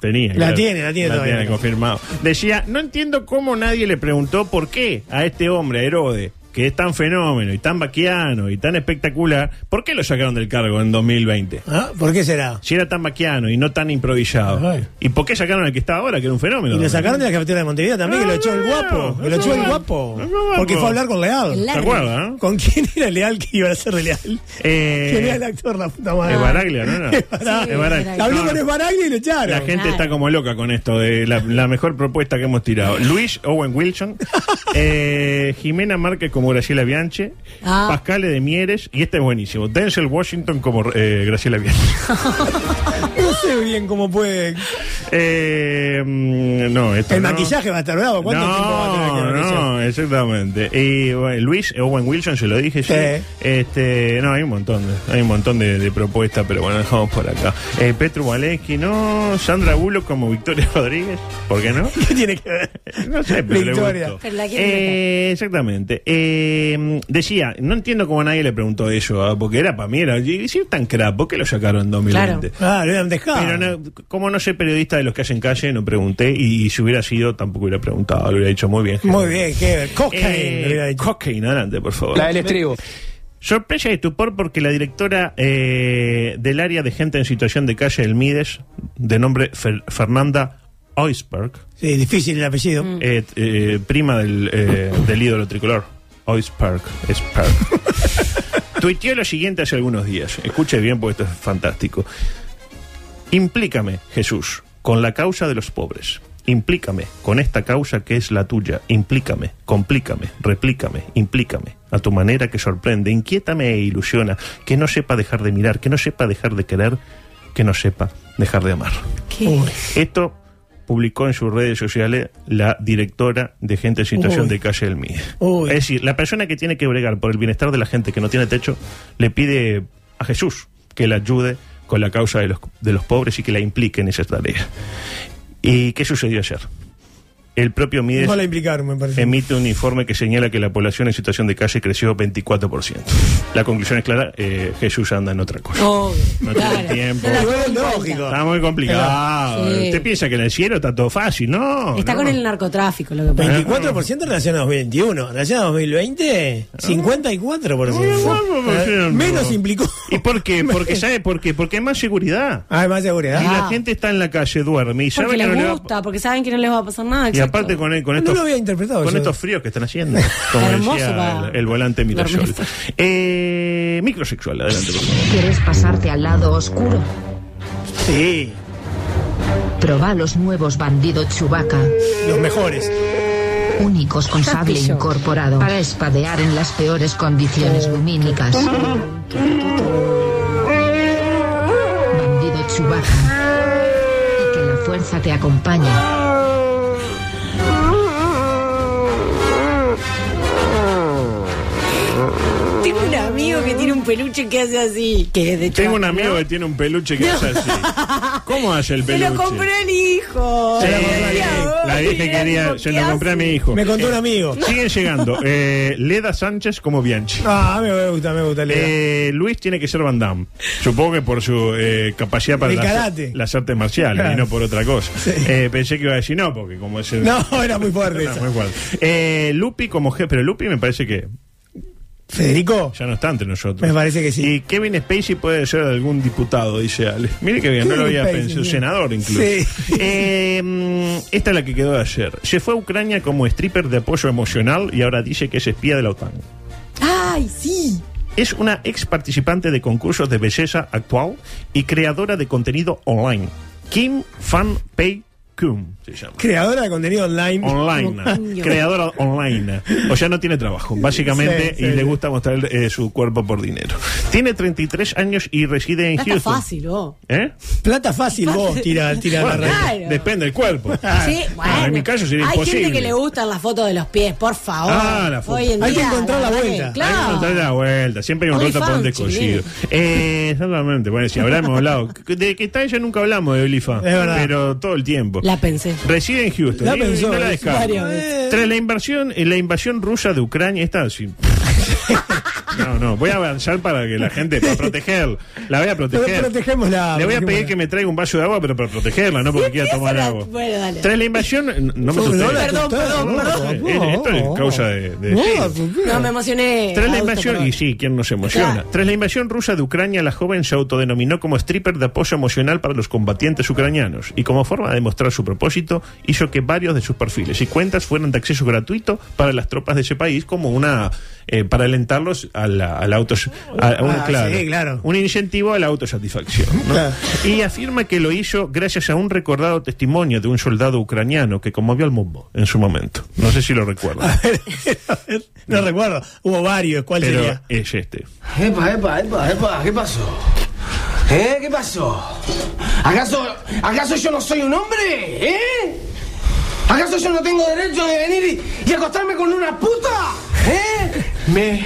Speaker 8: Tenía,
Speaker 7: La tiene, la tiene todavía.
Speaker 8: confirmado. Decía, no entiendo cómo nadie le preguntó por qué a este hombre, a Herode, que es tan fenómeno y tan vaquiano y tan espectacular, ¿por qué lo sacaron del cargo en 2020?
Speaker 7: Ah, ¿Por qué será?
Speaker 8: Si era tan vaquiano y no tan improvisado.
Speaker 7: Ay.
Speaker 8: ¿Y por qué sacaron al que está ahora, que era un fenómeno?
Speaker 7: Y lo sacaron de la cafetería de Montevideo también, que
Speaker 8: Ah,
Speaker 7: lo echó el guapo. Que lo echó el guapo. Porque fue a hablar con Leal.
Speaker 8: ¿Te acuerdas? eh?
Speaker 7: ¿Con quién era Leal que iba a ser Leal?
Speaker 8: Eh,
Speaker 7: ¿Quién era el actor, la puta madre?
Speaker 8: Es Baraglia, ¿no?
Speaker 7: *laughs*
Speaker 8: era?
Speaker 7: Es Baraglia.
Speaker 8: Es Baraglia.
Speaker 9: Sí,
Speaker 7: Habló
Speaker 8: No,
Speaker 7: con
Speaker 8: no.
Speaker 7: el Baraglia y lo echaron.
Speaker 8: La gente está como loca con esto, de
Speaker 7: *laughs*
Speaker 8: la, la mejor propuesta que hemos tirado. Luis Owen Wilson, eh, Jimena Márquez como Graciela Bianche,
Speaker 9: Ah.
Speaker 8: Pascal de Mieres, y este es buenísimo, Denzel Washington como eh, Graciela
Speaker 7: *laughs*
Speaker 8: Bianche.
Speaker 7: No sé bien cómo puede.
Speaker 8: Eh, mm, no, esto
Speaker 7: El
Speaker 8: no.
Speaker 7: maquillaje va a estar bravo. ¿Cuánto
Speaker 8: no,
Speaker 7: tiempo va a tener que
Speaker 8: No, exactamente. Y bueno, Luis Owen Wilson, se lo dije sí.
Speaker 7: Sí.
Speaker 8: Este, no, hay un montón de, hay un montón de, de propuestas, pero bueno, dejamos por acá. Eh, Petro Waleski, no, Sandra Bullock como Victoria *laughs* Rodríguez, ¿por qué no?
Speaker 7: ¿Qué tiene que ver?
Speaker 8: *laughs* No sé, pero le
Speaker 7: Victoria.
Speaker 8: gustó.
Speaker 9: Pero la quieren
Speaker 8: Eh, exactamente. Eh, decía, no entiendo cómo nadie le preguntó eso, ah, porque era para mí, era, y si es tan crap, ¿por qué lo sacaron en 2020?
Speaker 7: Ah, lo hubieran dejado.
Speaker 8: Pero no- como no soy periodista de los que hacen calle, no pregunté. Y, si hubiera sido, tampoco hubiera preguntado. Lo hubiera dicho muy bien.
Speaker 7: Muy bien, qué
Speaker 8: Eh,
Speaker 7: cocaine. hubiera dicho.
Speaker 8: cocaine, adelante, por favor.
Speaker 4: estribo.
Speaker 8: Sorpresa y estupor porque la directora eh, del área de gente en situación de calle del Mides, de nombre Fer- Fernanda Oisberg,
Speaker 7: Sí, difícil el apellido.
Speaker 8: eh, eh, prima del, eh, del ídolo tricolor, Oisberg, Oisberg, tuiteó lo siguiente hace algunos días. Escuche bien porque esto es fantástico. Implícame, Jesús, con la causa de los pobres. Implícame con esta causa que es la tuya. Implícame, complícame, replícame, implícame. A tu manera que sorprende, inquiétame e ilusiona. Que no sepa dejar de mirar, que no sepa dejar de querer, que no sepa dejar de amar. Esto publicó en sus redes sociales la directora de gente en situación
Speaker 7: Uy.
Speaker 8: de calle del MIDE.
Speaker 7: Uy.
Speaker 8: Es decir, la persona que tiene que bregar por el bienestar de la gente que no tiene techo le pide a Jesús que la ayude con la causa de los, de los pobres y que la implique en esa tarea. ¿Y qué sucedió ayer? El propio Mides
Speaker 7: No la implicaron, me parece.
Speaker 8: emite un informe que señala que la población en situación de calle creció 24%. La conclusión es clara, eh, Jesús anda en otra cosa.
Speaker 9: Obvio,
Speaker 8: No tiene
Speaker 9: claro.
Speaker 8: tiempo.
Speaker 9: No la
Speaker 7: Igual es
Speaker 9: cuenta.
Speaker 7: lógico.
Speaker 8: Está muy complicado.
Speaker 9: Sí.
Speaker 8: Usted piensa que en el cielo está todo fácil, ¿no?
Speaker 9: Está
Speaker 8: no.
Speaker 9: con el narcotráfico lo que pasa.
Speaker 7: 24% en relación a 2021. En relación a 2020, 54%. Ah, Eh, Menos implicó.
Speaker 8: ¿Y por
Speaker 7: *laughs*
Speaker 8: qué? Porque, ¿sabe por qué? Porque hay más seguridad.
Speaker 7: Hay más seguridad.
Speaker 8: Y la
Speaker 9: Ah.
Speaker 8: gente está en la calle, duerme y sabe
Speaker 9: Porque
Speaker 8: que no le
Speaker 9: les
Speaker 8: va a-
Speaker 9: gusta, porque saben que no les va a pasar nada.
Speaker 8: Y
Speaker 9: exacto.
Speaker 8: aparte con, el- con
Speaker 7: No
Speaker 8: estos,
Speaker 7: lo había interpretado
Speaker 8: con
Speaker 7: yo.
Speaker 8: estos fríos que están haciendo, como
Speaker 9: Hermoso
Speaker 8: decía
Speaker 9: para
Speaker 8: el, el volante Mirasol.
Speaker 9: *laughs* dormirse.
Speaker 8: Eh, microsexual, adelante por favor.
Speaker 10: ¿Quieres pasarte al lado oscuro?
Speaker 7: Sí,
Speaker 10: Proba los nuevos bandido Chubaca,
Speaker 7: los mejores.
Speaker 10: únicos con sable
Speaker 9: Pillo.
Speaker 10: incorporado para espadear en las peores condiciones lumínicas. Bandido Chubaca. Y que la fuerza te acompañe.
Speaker 9: Tengo un amigo que tiene un peluche que hace así. Que es de
Speaker 8: Tengo un
Speaker 9: Chubaca,
Speaker 8: amigo
Speaker 9: ¿no?
Speaker 8: que tiene un peluche que hace así. ¿Cómo hace el
Speaker 9: Se
Speaker 8: peluche?
Speaker 9: lo compró el hijo.
Speaker 8: Sí,
Speaker 9: Se lo compró el hijo.
Speaker 8: la
Speaker 9: Y
Speaker 8: dije
Speaker 9: era
Speaker 8: quería,
Speaker 9: *laughs* tipo,
Speaker 8: se
Speaker 9: ¿qué
Speaker 8: lo compré a mi hijo.
Speaker 7: Me contó
Speaker 8: Eh,
Speaker 7: un amigo.
Speaker 8: Siguen llegando. Eh, Leda Sánchez como Bianchi.
Speaker 7: Ah, me gusta, me gusta. Leo.
Speaker 8: Eh, Luis tiene que ser Van Damme. Supongo que por su eh, capacidad para
Speaker 7: De
Speaker 8: las,
Speaker 7: karate.
Speaker 8: las artes marciales
Speaker 7: Claro.
Speaker 8: y no por otra cosa.
Speaker 7: Sí.
Speaker 8: Eh, pensé que iba a decir no, porque como es el- Ah,
Speaker 7: No, era muy fuerte
Speaker 8: No,
Speaker 7: esa.
Speaker 8: muy fuerte. Eh, Lupi como jefe, pero Lupi me parece que
Speaker 7: Federico.
Speaker 8: ya no está entre nosotros.
Speaker 7: Me parece que sí.
Speaker 8: Y Kevin Spacey puede ser algún diputado, dice Ale. Mire que bien, no lo
Speaker 7: Kevin
Speaker 8: había
Speaker 7: Spacey,
Speaker 8: pensado.
Speaker 7: sí.
Speaker 8: Senador incluso.
Speaker 7: Sí.
Speaker 8: Eh, mm, esta es la que quedó de ayer. Se fue a Ucrania como stripper de apoyo emocional y ahora dice que es espía de la OTAN.
Speaker 9: ¡Ay, sí!
Speaker 8: Es una ex participante de concursos de belleza actual y creadora de contenido online. Kim Fan Pei Kum se llama.
Speaker 7: Creadora de contenido online.
Speaker 8: Oh. Online, creadora online. O sea, no tiene trabajo, básicamente,
Speaker 7: Sí, sí,
Speaker 8: y le
Speaker 7: sí.
Speaker 8: gusta mostrar eh, su cuerpo por dinero. Tiene 33 años y reside en
Speaker 9: No está
Speaker 8: Houston.
Speaker 9: fácil, ¿no?
Speaker 8: ¿eh?
Speaker 7: Plata fácil vos, tira, tira
Speaker 8: Bueno,
Speaker 7: la
Speaker 8: de-
Speaker 7: raíz.
Speaker 9: Claro.
Speaker 8: depende del cuerpo.
Speaker 9: Sí, bueno.
Speaker 8: Ah, en mi caso sería
Speaker 9: Hay
Speaker 8: imposible.
Speaker 9: gente que le gustan las fotos de los pies, por favor.
Speaker 8: Ah, la foto.
Speaker 9: Hoy en
Speaker 7: Hay que
Speaker 9: día,
Speaker 7: encontrar la
Speaker 9: verdad que-
Speaker 7: vuelta.
Speaker 8: Hay que
Speaker 9: Claro.
Speaker 8: encontrar la vuelta. Siempre hay un
Speaker 9: Only
Speaker 8: roto por un
Speaker 9: fans,
Speaker 8: descosido. Eh, exactamente. Bueno, si hablamos, hablado. De que está ella nunca hablamos de Olifa.
Speaker 7: Es verdad.
Speaker 8: Pero todo el tiempo.
Speaker 9: La pensé.
Speaker 8: Reside en Houston.
Speaker 7: La
Speaker 8: y- y
Speaker 7: pensó,
Speaker 8: no la
Speaker 7: eh,
Speaker 8: descarta.
Speaker 9: varias veces.
Speaker 8: Tras la invasión, eh, la invasión rusa de Ucrania, está sí. No, no, voy a avanzar para que la gente, para proteger, la voy a proteger.
Speaker 7: Pero protegémosla,
Speaker 8: Le voy a pedir
Speaker 7: protegémosla.
Speaker 8: que me traiga un vaso de agua, pero para protegerla, no porque quiera
Speaker 9: empieza
Speaker 8: tomar
Speaker 9: la-
Speaker 8: agua.
Speaker 9: bueno, dale.
Speaker 8: Tras la invasión, eh, no me
Speaker 7: No,
Speaker 8: asusté.
Speaker 7: la
Speaker 9: Perdón,
Speaker 7: asustada,
Speaker 9: perdón,
Speaker 7: no,
Speaker 9: perdón.
Speaker 7: tampoco.
Speaker 8: Eh, esto es causa de- de-
Speaker 7: No,
Speaker 8: sí.
Speaker 7: tampoco.
Speaker 9: No, me emocioné.
Speaker 8: Tras la
Speaker 9: Augusto,
Speaker 8: invasión,
Speaker 9: perdón.
Speaker 8: y sí, ¿quién no se emociona?
Speaker 9: Claro.
Speaker 8: Tras la invasión rusa de Ucrania, la joven se autodenominó como stripper de apoyo emocional para los combatientes ucranianos y como forma de demostrar su propósito hizo que varios de sus perfiles y cuentas fueran de acceso gratuito para las tropas de ese país como una eh, para el alentarlos a la, al auto, a- a un,
Speaker 7: Ah, sí, claro.
Speaker 8: un incentivo a la autosatisfacción. ¿no? Y afirma que lo hizo gracias a un recordado testimonio de un soldado ucraniano que conmovió al mundo en su momento. No sé si lo
Speaker 7: Ah,
Speaker 8: recuerda.
Speaker 7: *laughs* No recuerdo. Hubo varios. ¿Cuál
Speaker 8: pero
Speaker 7: sería?
Speaker 8: es este.
Speaker 13: Epa, epa, epa, epa, ¿qué pasó? ¿Eh? ¿Qué pasó? ¿Acaso, ¿Acaso yo no soy un hombre? ¿Eh? ¿Acaso yo no tengo derecho de venir y, y acostarme con una puta? ¿Eh? Me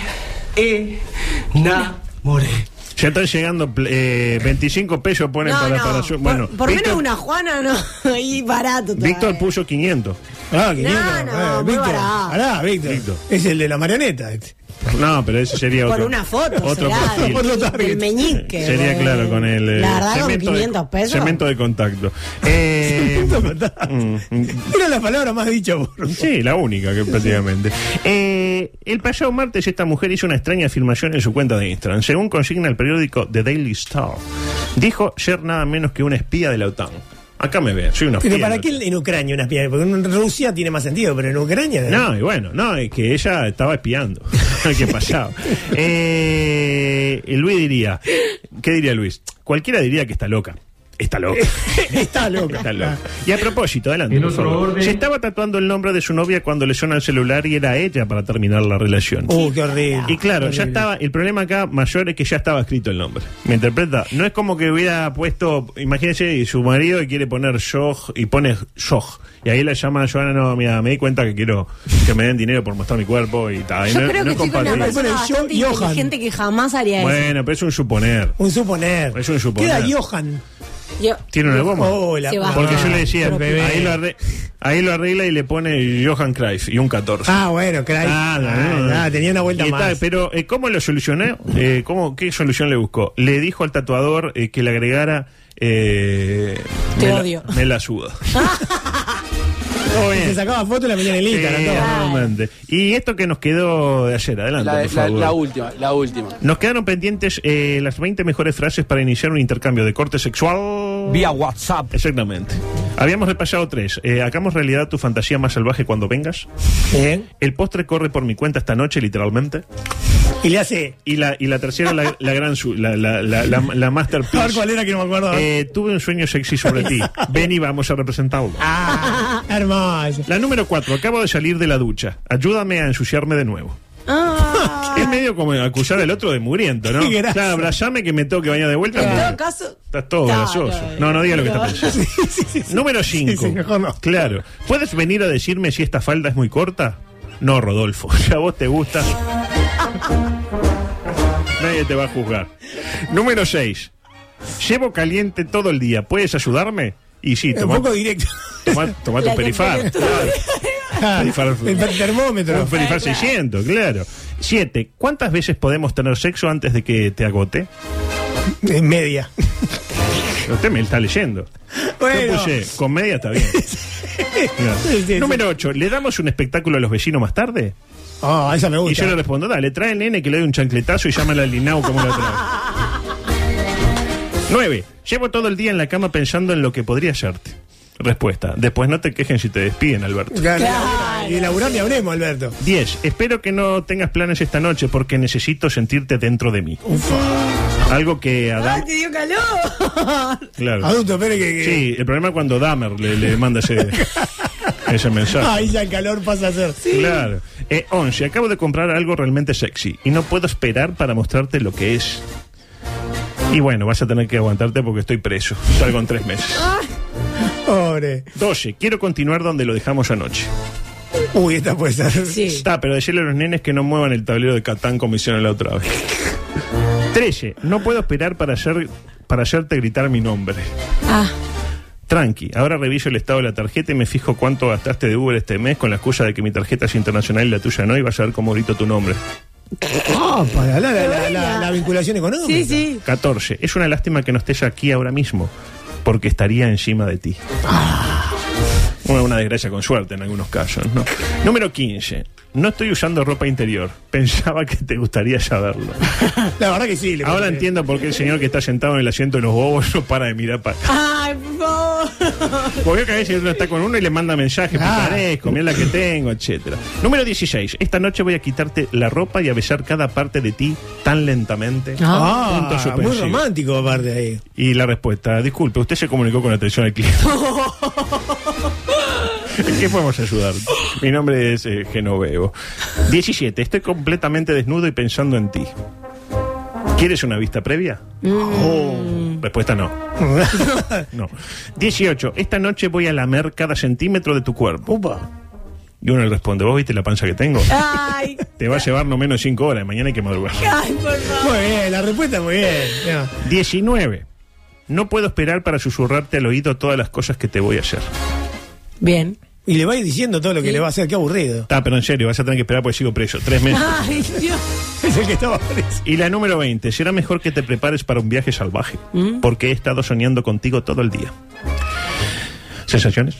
Speaker 13: enamoré.
Speaker 8: Ya están llegando pl- eh, 25 pesos ponen
Speaker 9: No,
Speaker 8: para,
Speaker 9: no.
Speaker 8: para su- Bueno,
Speaker 9: Por menos
Speaker 8: Víctor,
Speaker 9: una eh. Juana no. *laughs* Y barato. todavía.
Speaker 8: Víctor puso 500.
Speaker 7: Ah,
Speaker 9: No, no, muy
Speaker 7: Víctor.
Speaker 9: barato.
Speaker 7: Pará, Víctor. Es el de la marioneta. este.
Speaker 8: No, pero ese sería
Speaker 9: Por
Speaker 8: otro.
Speaker 9: una foto,
Speaker 8: otro
Speaker 9: será.
Speaker 8: perfil.
Speaker 9: del- del meñique.
Speaker 8: Sería
Speaker 9: bueno.
Speaker 8: claro con el eh,
Speaker 9: La verdad, con
Speaker 8: de-
Speaker 9: 500 pesos.
Speaker 8: cemento de
Speaker 9: *laughs*
Speaker 8: contacto. Eh,
Speaker 7: Era la palabra más dicha
Speaker 8: Sí, la única que prácticamente. Eh, el pasado martes esta mujer hizo una extraña afirmación en su cuenta de Instagram. Según consigna el periódico The Daily Star, dijo ser nada menos que una espía de la OTAN. Acá me ve, soy una espía.
Speaker 7: Pero
Speaker 8: de la
Speaker 7: ¿para qué en Ucrania una espía? Porque en Rusia tiene más sentido, pero en Ucrania.
Speaker 8: No, y bueno, no, es que ella estaba espiando. *laughs* ¿Qué pasaba? Eh, y Luis diría, ¿qué diría Luis? Cualquiera diría que está loca. Está loca.
Speaker 7: *laughs* Está loca.
Speaker 8: Está loca. Y a propósito, adelante. por
Speaker 7: otro
Speaker 8: favor.
Speaker 7: orden-
Speaker 8: Se estaba tatuando el nombre de su novia cuando le suena el celular y era ella para terminar la relación.
Speaker 7: Uh, qué horrible.
Speaker 8: Y claro,
Speaker 7: Horrible.
Speaker 8: ya estaba, el problema acá mayor es que ya estaba escrito el nombre. ¿Me interpreta? No es como que hubiera puesto, imagínense, y su marido y quiere poner Jog y pone Jog. Y ahí la llama a Joana, no, mira, me di cuenta que quiero que me den dinero por mostrar mi cuerpo y tal. Y
Speaker 9: Yo
Speaker 8: no,
Speaker 9: creo
Speaker 8: no
Speaker 9: que estoy con una
Speaker 8: compartí.
Speaker 9: persona bastante inteligente que jamás haría eso.
Speaker 8: Bueno, pero es un suponer.
Speaker 7: Un suponer.
Speaker 8: Es un
Speaker 7: Queda
Speaker 8: suponer.
Speaker 7: Johan.
Speaker 8: *laughs*
Speaker 9: Yo-
Speaker 8: Tiene una goma.
Speaker 7: Oh, la Sebastián.
Speaker 8: Porque
Speaker 9: Ah,
Speaker 8: yo le decía,
Speaker 7: Pero bebé.
Speaker 8: ahí lo, arre- ahí lo arregla y le pone Johan Cruyff y un 14.
Speaker 7: Ah, bueno, caray.
Speaker 8: Ah, no,
Speaker 7: Ah,
Speaker 8: no, no.
Speaker 7: ah, tenía una vuelta
Speaker 8: Y está,
Speaker 7: más.
Speaker 8: pero, eh, ¿cómo lo solucioné? Eh, ¿cómo, ¿Qué solución le buscó? Le dijo al tatuador eh, que le agregara. eh,
Speaker 7: Te
Speaker 8: me la-
Speaker 7: odio.
Speaker 8: me la
Speaker 7: *laughs*
Speaker 8: suda. bien.
Speaker 7: Se sacaba foto y la ponía en el
Speaker 8: Sí,
Speaker 7: Instagram. todo.
Speaker 8: realmente. eh, y esto que nos quedó de ayer, adelante.
Speaker 3: La,
Speaker 8: por
Speaker 3: la-
Speaker 8: favor.
Speaker 3: la última, la última.
Speaker 8: Nos quedaron pendientes eh, las 20 mejores frases para iniciar un intercambio de corte sexual. Vía WhatsApp. Exactamente. Habíamos repasado tres. Eh, hagamos realidad tu fantasía más salvaje cuando vengas. El postre corre por mi cuenta esta noche, literalmente.
Speaker 7: Y le hace.
Speaker 8: Y la, y la tercera, la, la gran. su- la, la, la, la, la masterpiece.
Speaker 7: A ver cuál era que no me acuerdo.
Speaker 8: Eh, tuve un sueño sexy sobre ti. Ven y vamos a representarlo.
Speaker 7: Ah, *laughs* hermoso.
Speaker 8: La número cuatro. Acabo de salir de la ducha. Ayúdame a ensuciarme de nuevo.
Speaker 9: Ah,
Speaker 8: Es medio como acusar al otro de muriento, ¿no?
Speaker 7: Qué grasa.
Speaker 8: Claro, abrazame que me tengo que bañar de vuelta.
Speaker 9: En
Speaker 8: porque
Speaker 9: todo caso,
Speaker 8: Estás todo
Speaker 9: Claro,
Speaker 8: grasoso. No, no diga lo que
Speaker 9: no.
Speaker 8: está pensando. Número 5. Claro. ¿Puedes venir a decirme si esta falda es muy corta? No, Rodolfo. *laughs* Si a vos te gusta. Nadie te va a juzgar. Número 6. Llevo caliente todo el día. ¿Puedes ayudarme? Y sí,
Speaker 7: Un
Speaker 8: toma, *laughs*
Speaker 7: poco directo.
Speaker 8: toma, toma tu perifar. Claro. Perifar-
Speaker 7: El termómetro.
Speaker 8: Un perifar 600, claro. 7. ¿Cuántas veces podemos tener sexo antes de que te agote?
Speaker 7: En media.
Speaker 8: Usted me está leyendo. *laughs*
Speaker 7: Bueno.
Speaker 8: Yo puse, con media está
Speaker 7: *laughs*
Speaker 8: bien. Claro. Número 8. ¿Le damos un espectáculo a los vecinos más tarde?
Speaker 7: Ah, esa me gusta.
Speaker 8: Y yo le respondo, dale, trae el nene que le doy un chancletazo y llámala al Linao como la otra
Speaker 7: *laughs*
Speaker 8: vez. 9. Llevo todo el día en la cama pensando en lo que podría hacerte. Respuesta. Después no te quejen si te despiden, Alberto.
Speaker 7: Claro. Y laburame y hablemos, Alberto.
Speaker 8: 10. Espero que no tengas planes esta noche porque necesito sentirte dentro de mí. Algo que a Dam-
Speaker 9: ¡Ay, *laughs* te dio calor!
Speaker 8: Claro.
Speaker 7: Adulto, espere Ah, que- que-
Speaker 8: Sí, el problema es cuando Dahmer le, le manda
Speaker 7: *laughs*
Speaker 8: ese, ese mensaje.
Speaker 7: Ahí ya el calor pasa a ser.
Speaker 8: Claro. Eh, 11. Acabo de comprar algo realmente sexy y no puedo esperar para mostrarte lo que es. Y bueno, vas a tener que aguantarte porque estoy preso. Salgo en tres meses.
Speaker 7: Pobre.
Speaker 8: 12. Quiero continuar donde lo dejamos anoche.
Speaker 7: Uy, esta puede ser.
Speaker 8: Está, pero decirle a los nenes que no muevan el tablero de Catán como hicieron la otra vez. 13. No puedo esperar para, hacer, para hacerte gritar mi nombre.
Speaker 9: Ah.
Speaker 8: Tranqui, ahora reviso el estado de la tarjeta y me fijo cuánto gastaste de Uber este mes con la excusa de que mi tarjeta es internacional y la tuya no y vas a ver cómo grito tu nombre.
Speaker 7: Ah, para la, la, la, la- la vinculación económica. Sí, sí.
Speaker 8: 14. Es una lástima que no estés aquí ahora mismo, porque estaría encima de ti.
Speaker 7: Ah.
Speaker 8: Una, una desgracia con suerte en algunos casos, ¿no? Número 15. No estoy usando ropa interior. Pensaba que te gustaría saberlo.
Speaker 7: La verdad que sí. le-
Speaker 8: Ahora entiendo por qué el señor que está sentado en el asiento de los bobos no para de mirar para...
Speaker 9: ¡Ay, por favor!
Speaker 8: Porque a veces uno está con uno y le manda mensajes,
Speaker 7: Ah.
Speaker 8: picaresco, mira la que tengo, etcétera. Número 16. Esta noche voy a quitarte la ropa y a besar cada parte de ti tan lentamente.
Speaker 7: Ah,
Speaker 8: Punto
Speaker 7: muy
Speaker 8: suspensivo.
Speaker 7: romántico aparte ahí.
Speaker 8: *laughs* Y la respuesta, disculpe, usted se comunicó con atención al cliente. ¿En qué podemos ayudar? Mi nombre es eh, Genoveo. 17. Estoy completamente desnudo y pensando en ti. ¿Quieres una vista previa? Oh. Respuesta no. no. 18. Esta noche voy a lamer cada centímetro de tu cuerpo. Y uno le responde, ¿vos viste la panza que tengo?
Speaker 9: Ay,
Speaker 8: Te va a llevar no menos 5 horas, mañana hay que madrugar.
Speaker 9: ay, por favor.
Speaker 7: Muy bien, la respuesta muy bien. Ya.
Speaker 8: 19. No puedo esperar para susurrarte al oído todas las cosas que te voy a hacer.
Speaker 9: Bien.
Speaker 7: Y le va a ir diciendo todo lo que
Speaker 9: Sí.
Speaker 7: le va a hacer,
Speaker 8: *laughs*
Speaker 7: qué aburrido.
Speaker 8: Está, pero en serio, vas a tener que esperar porque sigo preso. Tres meses.
Speaker 9: *laughs* Ay, Dios.
Speaker 7: Es el que estaba preso.
Speaker 8: Y la número 20. Será mejor que te prepares para un viaje salvaje. Porque he estado soñando contigo todo el día. ¿Sensaciones?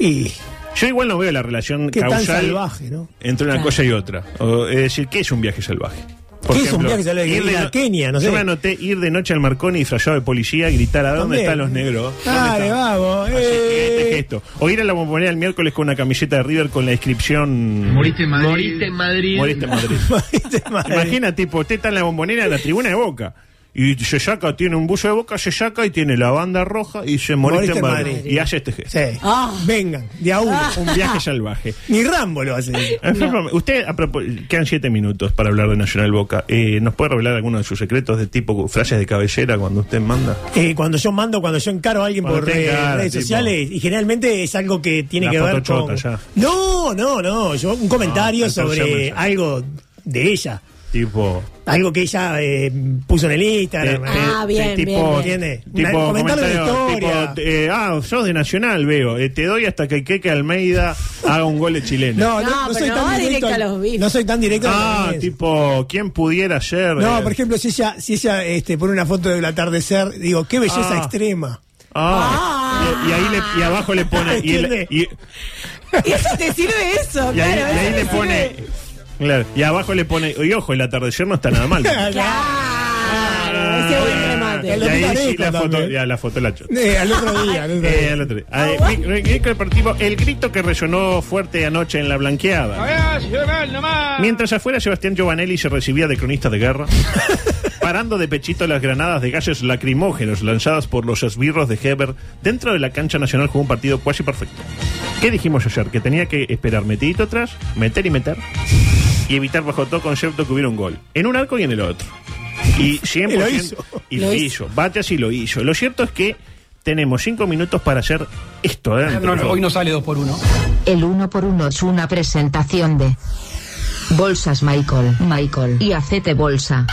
Speaker 7: Y
Speaker 8: Yo igual no veo la relación
Speaker 7: qué tan
Speaker 8: causal
Speaker 7: salvaje, ¿no?
Speaker 8: entre una
Speaker 9: Claro.
Speaker 8: cosa y otra. O, es decir, ¿qué es un viaje salvaje? Por
Speaker 7: ¿Qué es un viaje salvaje?
Speaker 8: ir de
Speaker 7: Ir a
Speaker 8: no-
Speaker 7: Kenia, no sé.
Speaker 8: Yo me anoté ir de noche al Marconi disfrazado de policía, gritar a dónde
Speaker 7: También.
Speaker 8: están los negros. ¿Dónde
Speaker 7: Dale,
Speaker 8: están?
Speaker 7: vamos.
Speaker 8: Así, este
Speaker 7: eh.
Speaker 8: gesto. O ir a la bombonera el miércoles con una camiseta de River con la inscripción
Speaker 3: Moriste en Madrid. Moriste en Madrid.
Speaker 8: Moriste en Madrid.
Speaker 7: Moriste, madre.
Speaker 8: este Imagina, tipo, usted está en la bombonera en la tribuna de Boca. Y se saca, tiene un buzo de boca, se saca y tiene la banda roja y se moriste, en Madrid. Y hace este Ah. gesto.
Speaker 7: Sí.
Speaker 9: Ah.
Speaker 7: Vengan, de a uno.
Speaker 8: Un viaje *laughs* salvaje.
Speaker 7: Ni Rambo lo hace.
Speaker 8: Enfermo, Usted, a propos- quedan siete minutos para hablar de Nacional Boca. Eh, ¿Nos puede revelar alguno de sus secretos de tipo frases de cabecera cuando usted manda?
Speaker 7: Eh, cuando yo mando, cuando yo encaro a alguien
Speaker 8: Cuando
Speaker 7: por
Speaker 8: te
Speaker 7: eh,
Speaker 8: encaras,
Speaker 7: redes
Speaker 8: tipo.
Speaker 7: sociales, y generalmente es algo que tiene
Speaker 8: La
Speaker 7: que ver
Speaker 8: fotochota,
Speaker 7: con.
Speaker 8: ya.
Speaker 7: No, no, no. Yo un comentario
Speaker 8: Ah, entonces
Speaker 7: sobre
Speaker 8: me-
Speaker 7: algo de ella.
Speaker 8: Tipo.
Speaker 7: Algo que ella eh, puso en el Instagram.
Speaker 8: eh,
Speaker 7: eh,
Speaker 9: Ah,
Speaker 8: eh,
Speaker 9: bien,
Speaker 8: tipo,
Speaker 9: bien,
Speaker 7: bien.
Speaker 8: Tipo,
Speaker 7: Una- comentar la
Speaker 8: comentario,
Speaker 7: historia.
Speaker 8: tipo, eh, ah, sos de Nacional, veo. Eh, te doy hasta que Keke Almeida haga un gol de chileno.
Speaker 7: No, no,
Speaker 9: No,
Speaker 7: no soy
Speaker 9: pero no
Speaker 7: tan
Speaker 9: va
Speaker 7: directo.
Speaker 9: directo
Speaker 7: al-
Speaker 9: a los bifes.
Speaker 7: no soy tan directo. a los
Speaker 8: ah,
Speaker 7: bifes.
Speaker 8: tipo, ¿quién pudiera ser?
Speaker 7: No,
Speaker 8: eh,
Speaker 7: por ejemplo, si ella, si ella este, pone una foto del atardecer, digo, qué belleza
Speaker 8: Ah.
Speaker 7: extrema.
Speaker 8: Ah, y, y ahí le- y abajo le pone. Y, el- y-
Speaker 9: ¿Y eso te sirve eso?
Speaker 8: y ahí,
Speaker 9: claro,
Speaker 8: y ahí
Speaker 9: eso
Speaker 8: le
Speaker 9: te
Speaker 8: pone.
Speaker 9: sirve.
Speaker 8: Claro, y abajo le pone. Y ojo, el atardecer no está nada mal.
Speaker 9: Claro,
Speaker 8: Ah.
Speaker 9: ese buen
Speaker 8: Y
Speaker 9: remate.
Speaker 7: El
Speaker 8: ahí
Speaker 7: Lopita
Speaker 8: sí la
Speaker 7: Areco
Speaker 8: foto,
Speaker 7: también.
Speaker 8: ya, la foto la chota.
Speaker 7: Eh, al otro día. al
Speaker 8: *laughs*
Speaker 7: otro
Speaker 8: Eh,
Speaker 7: día.
Speaker 8: al otro día. Ah, eh, mic- mic- micro deportivo, el grito que resonó fuerte anoche en la blanqueada. Mientras afuera Sebastián Giovanelli se recibía de cronista de
Speaker 7: *laughs*
Speaker 8: guerra, parando de pechito las granadas de gases lacrimógenos lanzadas por los esbirros de Heber, dentro de la cancha nacional jugó un partido cuasi perfecto. ¿Qué dijimos ayer? Que tenía que esperar metidito atrás, meter y meter, y evitar bajo todo concepto que hubiera un gol, en un arco y en el otro.
Speaker 7: *laughs*
Speaker 8: Y siempre
Speaker 7: Y lo hizo.
Speaker 8: Y
Speaker 9: Lo
Speaker 8: lo
Speaker 9: hizo.
Speaker 8: hizo. Bate así lo hizo. Lo cierto es que tenemos cinco minutos para hacer esto. ¿eh?
Speaker 3: No, no, hoy no sale dos por uno.
Speaker 10: El uno por uno es una presentación de Bolsas Michael, Michael y Acete Bolsa.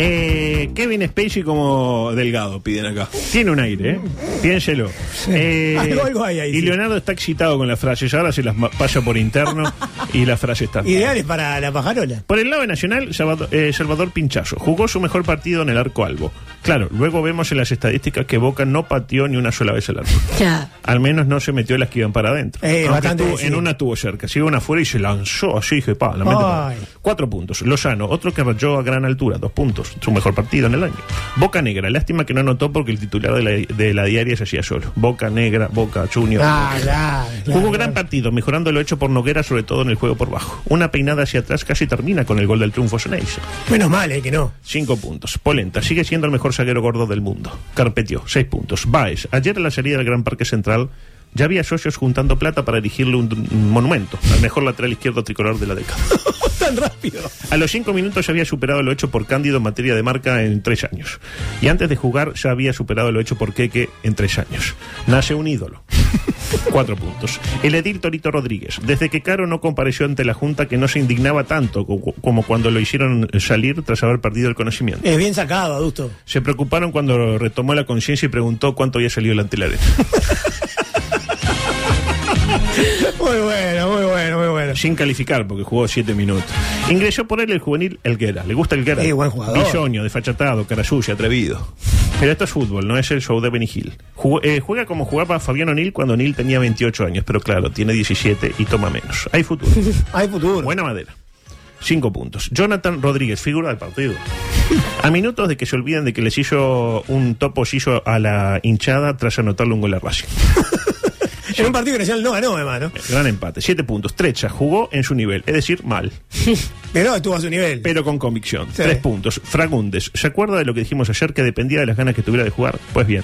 Speaker 8: Eh, Kevin Spacey como Delgado, piden acá. Tiene un aire, ¿eh? Piénselo. Eh,
Speaker 7: Algo- algo hay ahí,
Speaker 8: y
Speaker 7: sí.
Speaker 8: Leonardo está excitado con las frases. Ahora se las ma- paso por interno y las frases están.
Speaker 7: Ideales para la pajarola.
Speaker 8: Por el lado de Nacional, Salvador, eh, Salvador Pinchazo jugó su mejor partido en el arco albo. Claro, luego vemos en las estadísticas que Boca no pateó ni una sola vez el arco.
Speaker 9: Ya.
Speaker 8: Al menos no se metió las que iban para adentro.
Speaker 7: Eh,
Speaker 8: Aunque
Speaker 7: bastante
Speaker 8: estuvo-
Speaker 7: sí.
Speaker 8: en una tuvo cerca, se iba una afuera y se lanzó así, dije, pa, la mete para
Speaker 7: Ay.
Speaker 8: adentro. Cuatro puntos. Lozano, otro que rayó a gran altura, dos puntos. Su mejor partido en el año. Boca Negra, lástima que no anotó porque el titular de la, de la diaria se hacía solo. Boca Negra, Boca Junior.
Speaker 7: Ah, claro, claro,
Speaker 8: Hubo
Speaker 7: claro.
Speaker 8: gran partido, mejorando lo hecho por Noguera, sobre todo en el juego por bajo. Una peinada hacia atrás casi termina con el gol del triunfo Soneisa.
Speaker 7: Menos mal, eh, que no.
Speaker 8: Cinco puntos. Polenta sigue siendo el mejor zaguero gordo del mundo. Carpetió, seis puntos. Baez, ayer a la salida del Gran Parque Central ya había socios juntando plata para erigirle un, un monumento al mejor lateral izquierdo tricolor de la década. *laughs*
Speaker 7: Tan rápido.
Speaker 8: A los cinco minutos ya había superado lo hecho por Cándido en materia de marca en tres años. Y antes de jugar ya había superado lo hecho por Keke en tres años. Nace un ídolo. *laughs* Cuatro puntos. El edil Torito Rodríguez. Desde que Caro no compareció ante la Junta que no se indignaba tanto co- como cuando lo hicieron salir tras haber perdido el conocimiento.
Speaker 7: Es bien sacado, adusto.
Speaker 8: Se preocuparon cuando retomó la conciencia y preguntó cuánto había salido el
Speaker 7: *laughs*
Speaker 8: antilarete.
Speaker 7: *laughs* Muy bueno, muy bueno, muy bueno.
Speaker 8: Sin calificar, porque jugó 7 minutos. Ingresó por él el juvenil Elguera. ¿Le gusta Elguera?
Speaker 7: Sí, buen jugador.
Speaker 8: Bisoño, desfachatado, cara sucia, atrevido. Pero esto es fútbol, no es el show de Benny Hill. Jugó- eh, juega como jugaba Fabián O'Neill cuando O'Neill tenía
Speaker 7: *laughs*
Speaker 8: 28 años, pero claro, tiene 17 y toma menos. Hay futuro.
Speaker 7: Hay futuro.
Speaker 8: Buena madera. Cinco puntos. Jonathan Rodríguez, figura del partido. A minutos de que se olviden de que les hizo un topo hizo a la hinchada tras anotarle un gol a Racing.
Speaker 7: En un partido que Nacional no ganó, además, ¿no?
Speaker 8: Gran empate. Siete puntos. Trecha jugó en su nivel, es decir, mal.
Speaker 7: pero estuvo a su nivel.
Speaker 8: Pero con convicción. Tres puntos. Fragundes, ¿se acuerda de lo que dijimos ayer que dependía de las ganas que tuviera de jugar? Pues bien,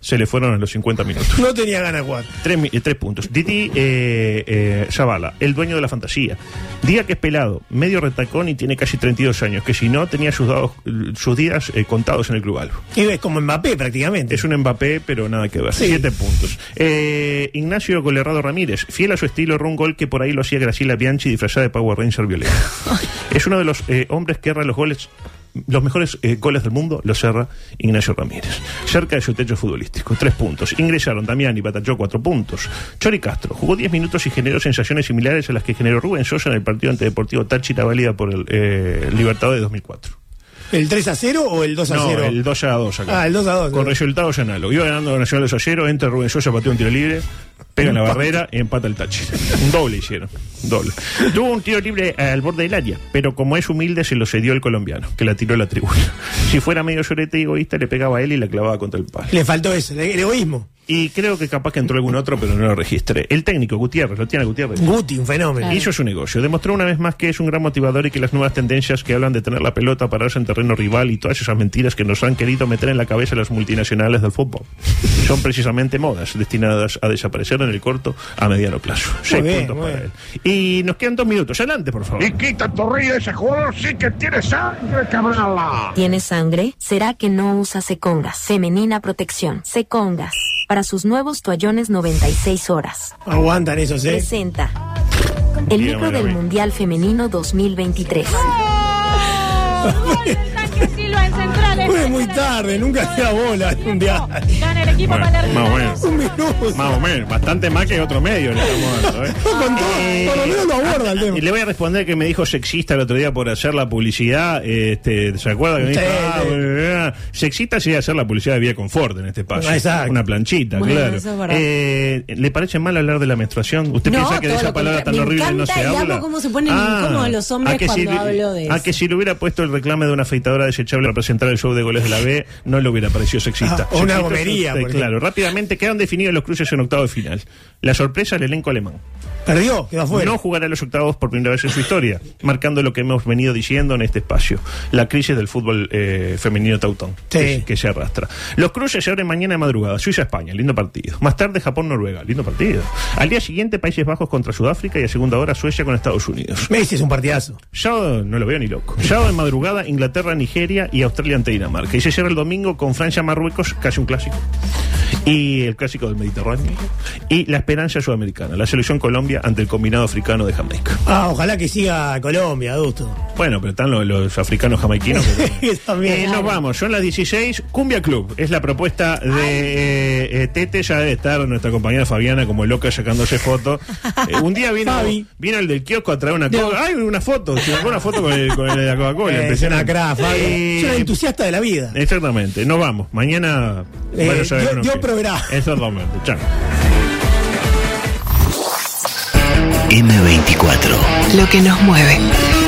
Speaker 8: se le fueron a los 50 minutos.
Speaker 7: *laughs* No tenía ganas de jugar.
Speaker 8: Tres, mi- eh, tres puntos. Didi eh, eh, Zavala, el dueño de la fantasía. Día que es pelado, medio retacón y tiene casi 32 años, que si no tenía sus, dados- sus días eh, contados en el Club Albo.
Speaker 7: Y es como Mbappé prácticamente.
Speaker 8: Es un Mbappé, pero nada que ver.
Speaker 7: Sí.
Speaker 8: Siete puntos. Eh, Ignacio Colerrado Ramírez, fiel a su estilo, erró un gol que por ahí lo hacía Graciela Bianchi disfrazada de Power Ranger Violeta. es uno de los eh, hombres que erra los goles. Los mejores eh, goles del mundo los erra Ignacio Ramírez. Cerca de su techo futbolístico, tres puntos. Ingresaron Damián y Patachó, cuatro puntos. Chori Castro jugó diez minutos y generó sensaciones similares a las que generó Rubén Sosa en el partido antideportivo Táchira, válida por el eh, Libertadores de 2004.
Speaker 7: ¿El 3 a 0 o el 2 a
Speaker 8: No,
Speaker 7: 0?
Speaker 8: el 2 a 2 acá.
Speaker 7: Ah, el 2 a 2.
Speaker 8: Con resultados análogo. Iba ganando Nacional 2 a 0, entra Rubén Sosa, patea un tiro libre, pega en la
Speaker 7: Empate.
Speaker 8: barrera y empata el Táchira. Un doble hicieron. un doble. Tuvo un tiro libre al borde del área, pero como es humilde, se lo cedió el colombiano, que la tiró a la tribuna. *laughs* Si fuera medio sorete y egoísta, le pegaba a él y la clavaba contra el palo.
Speaker 7: Le faltó eso, el el egoísmo.
Speaker 8: Y creo que capaz que entró algún otro, pero no lo registré. El técnico, Gutiérrez, lo tiene Gutiérrez.
Speaker 7: Guti, un fenómeno.
Speaker 8: Hizo su negocio. Demostró una vez más que es un gran motivador y que las nuevas tendencias que hablan de tener la pelota, pararse en terreno rival y todas esas mentiras que nos han querido meter en la cabeza las multinacionales del fútbol son precisamente modas destinadas a desaparecer en el corto a mediano plazo. Seis
Speaker 7: bien,
Speaker 8: puntos
Speaker 7: muy
Speaker 8: para
Speaker 7: bien.
Speaker 8: él. Y nos quedan dos minutos. Adelante, por favor.
Speaker 14: quita torrilla ese jugador, sí que tiene sangre, cabrala.
Speaker 15: ¿Tiene sangre? ¿Será que no usa Secongas? Femenina protección. Secongas. Para sus nuevos toallones 96 horas.
Speaker 7: Aguantan esos, ¿eh?
Speaker 15: Presenta. El
Speaker 7: Dígamelo
Speaker 15: micro
Speaker 7: a
Speaker 15: del
Speaker 7: mí.
Speaker 15: Mundial Femenino 2023.
Speaker 7: Fue muy tarde, nunca había bola en un día.
Speaker 16: Gana el equipo
Speaker 8: Bueno,
Speaker 16: palermitano.
Speaker 8: más o menos.
Speaker 7: Un minuto.
Speaker 8: Más o menos, bastante más que otro medio. le estamos dando, ¿eh? Eh,
Speaker 7: por lo menos lo aborda el tema.
Speaker 8: Y le voy a responder que me dijo sexista el otro día por hacer la publicidad. Este, ¿Se acuerda que me
Speaker 7: Sí,
Speaker 8: dijo? ah,
Speaker 7: sí.
Speaker 8: bla, bla, bla? Sexista sería hacer la publicidad de Vía Confort en este espacio.
Speaker 7: Ah, exacto.
Speaker 8: Una planchita,
Speaker 9: Bueno,
Speaker 8: claro.
Speaker 9: eso es verdad.
Speaker 8: Eh, ¿Le parece mal hablar de la menstruación? ¿Usted
Speaker 9: No,
Speaker 8: piensa que de
Speaker 9: todo
Speaker 8: esa
Speaker 9: lo
Speaker 8: palabra tan
Speaker 9: contrario. Me
Speaker 8: horrible no se
Speaker 9: encanta y amo
Speaker 8: habla? Ah,
Speaker 9: cómo se ponen incómodos los hombres
Speaker 8: a que si
Speaker 9: cuando
Speaker 8: le-
Speaker 9: hablo de
Speaker 8: A
Speaker 9: eso.
Speaker 8: que si le hubiera puesto el reclame de una afeitadora desechable para presentar el show de goles de la B, no le hubiera parecido sexista.
Speaker 7: Ah, o
Speaker 8: Sexista
Speaker 7: una
Speaker 8: es
Speaker 7: gomería,
Speaker 8: usted,
Speaker 7: por
Speaker 8: claro,
Speaker 7: ejemplo.
Speaker 8: rápidamente quedan definidos los cruces en octavo de final. La sorpresa, el elenco alemán.
Speaker 7: Perdió, quedó afuera.
Speaker 8: No jugará los octavos por primera vez en su historia, marcando lo que hemos venido diciendo en este espacio, la crisis del fútbol eh, femenino tautón, que, que se arrastra. Los cruces se abren mañana de madrugada, Suiza-España, lindo partido. Más tarde Japón-Noruega, lindo partido. Al día siguiente Países Bajos contra Sudáfrica y a segunda hora Suecia con Estados Unidos.
Speaker 7: Messi es un partidazo.
Speaker 8: Sábado no lo veo ni loco. Sábado en madrugada, Inglaterra, Nigeria y Australia ante Dinamarca. Y se cierra el domingo con Francia, Marruecos, casi un clásico. Y el clásico del Mediterráneo. Y la esperanza sudamericana, la selección Colombia ante el combinado africano de Jamaica.
Speaker 7: Ah, ojalá que siga Colombia, adusto.
Speaker 8: Bueno, pero están los, los africanos jamaiquinos. que-
Speaker 7: *laughs* También.
Speaker 8: Eh, nos vamos, son las 16. Cumbia Club es la propuesta de eh, eh, Tete. Ya debe estar nuestra compañera Fabiana como loca sacándose fotos. Eh, un día vino,
Speaker 7: Fabi.
Speaker 8: vino el del kiosco a traer una coca. ¡Ay, una foto! Se sacó una foto con, el, con el de la Coca-Cola.
Speaker 7: Eh, es una
Speaker 8: impresionante.
Speaker 7: craft, Fabi.
Speaker 8: Eh,
Speaker 7: Es una entusiasta de la vida.
Speaker 8: Exactamente, nos vamos. Mañana.
Speaker 7: Eh, Dios-
Speaker 8: no
Speaker 7: Dios
Speaker 8: qué.
Speaker 7: proveerá.
Speaker 8: Exactamente, chao.
Speaker 1: M24.
Speaker 17: Lo que nos mueve.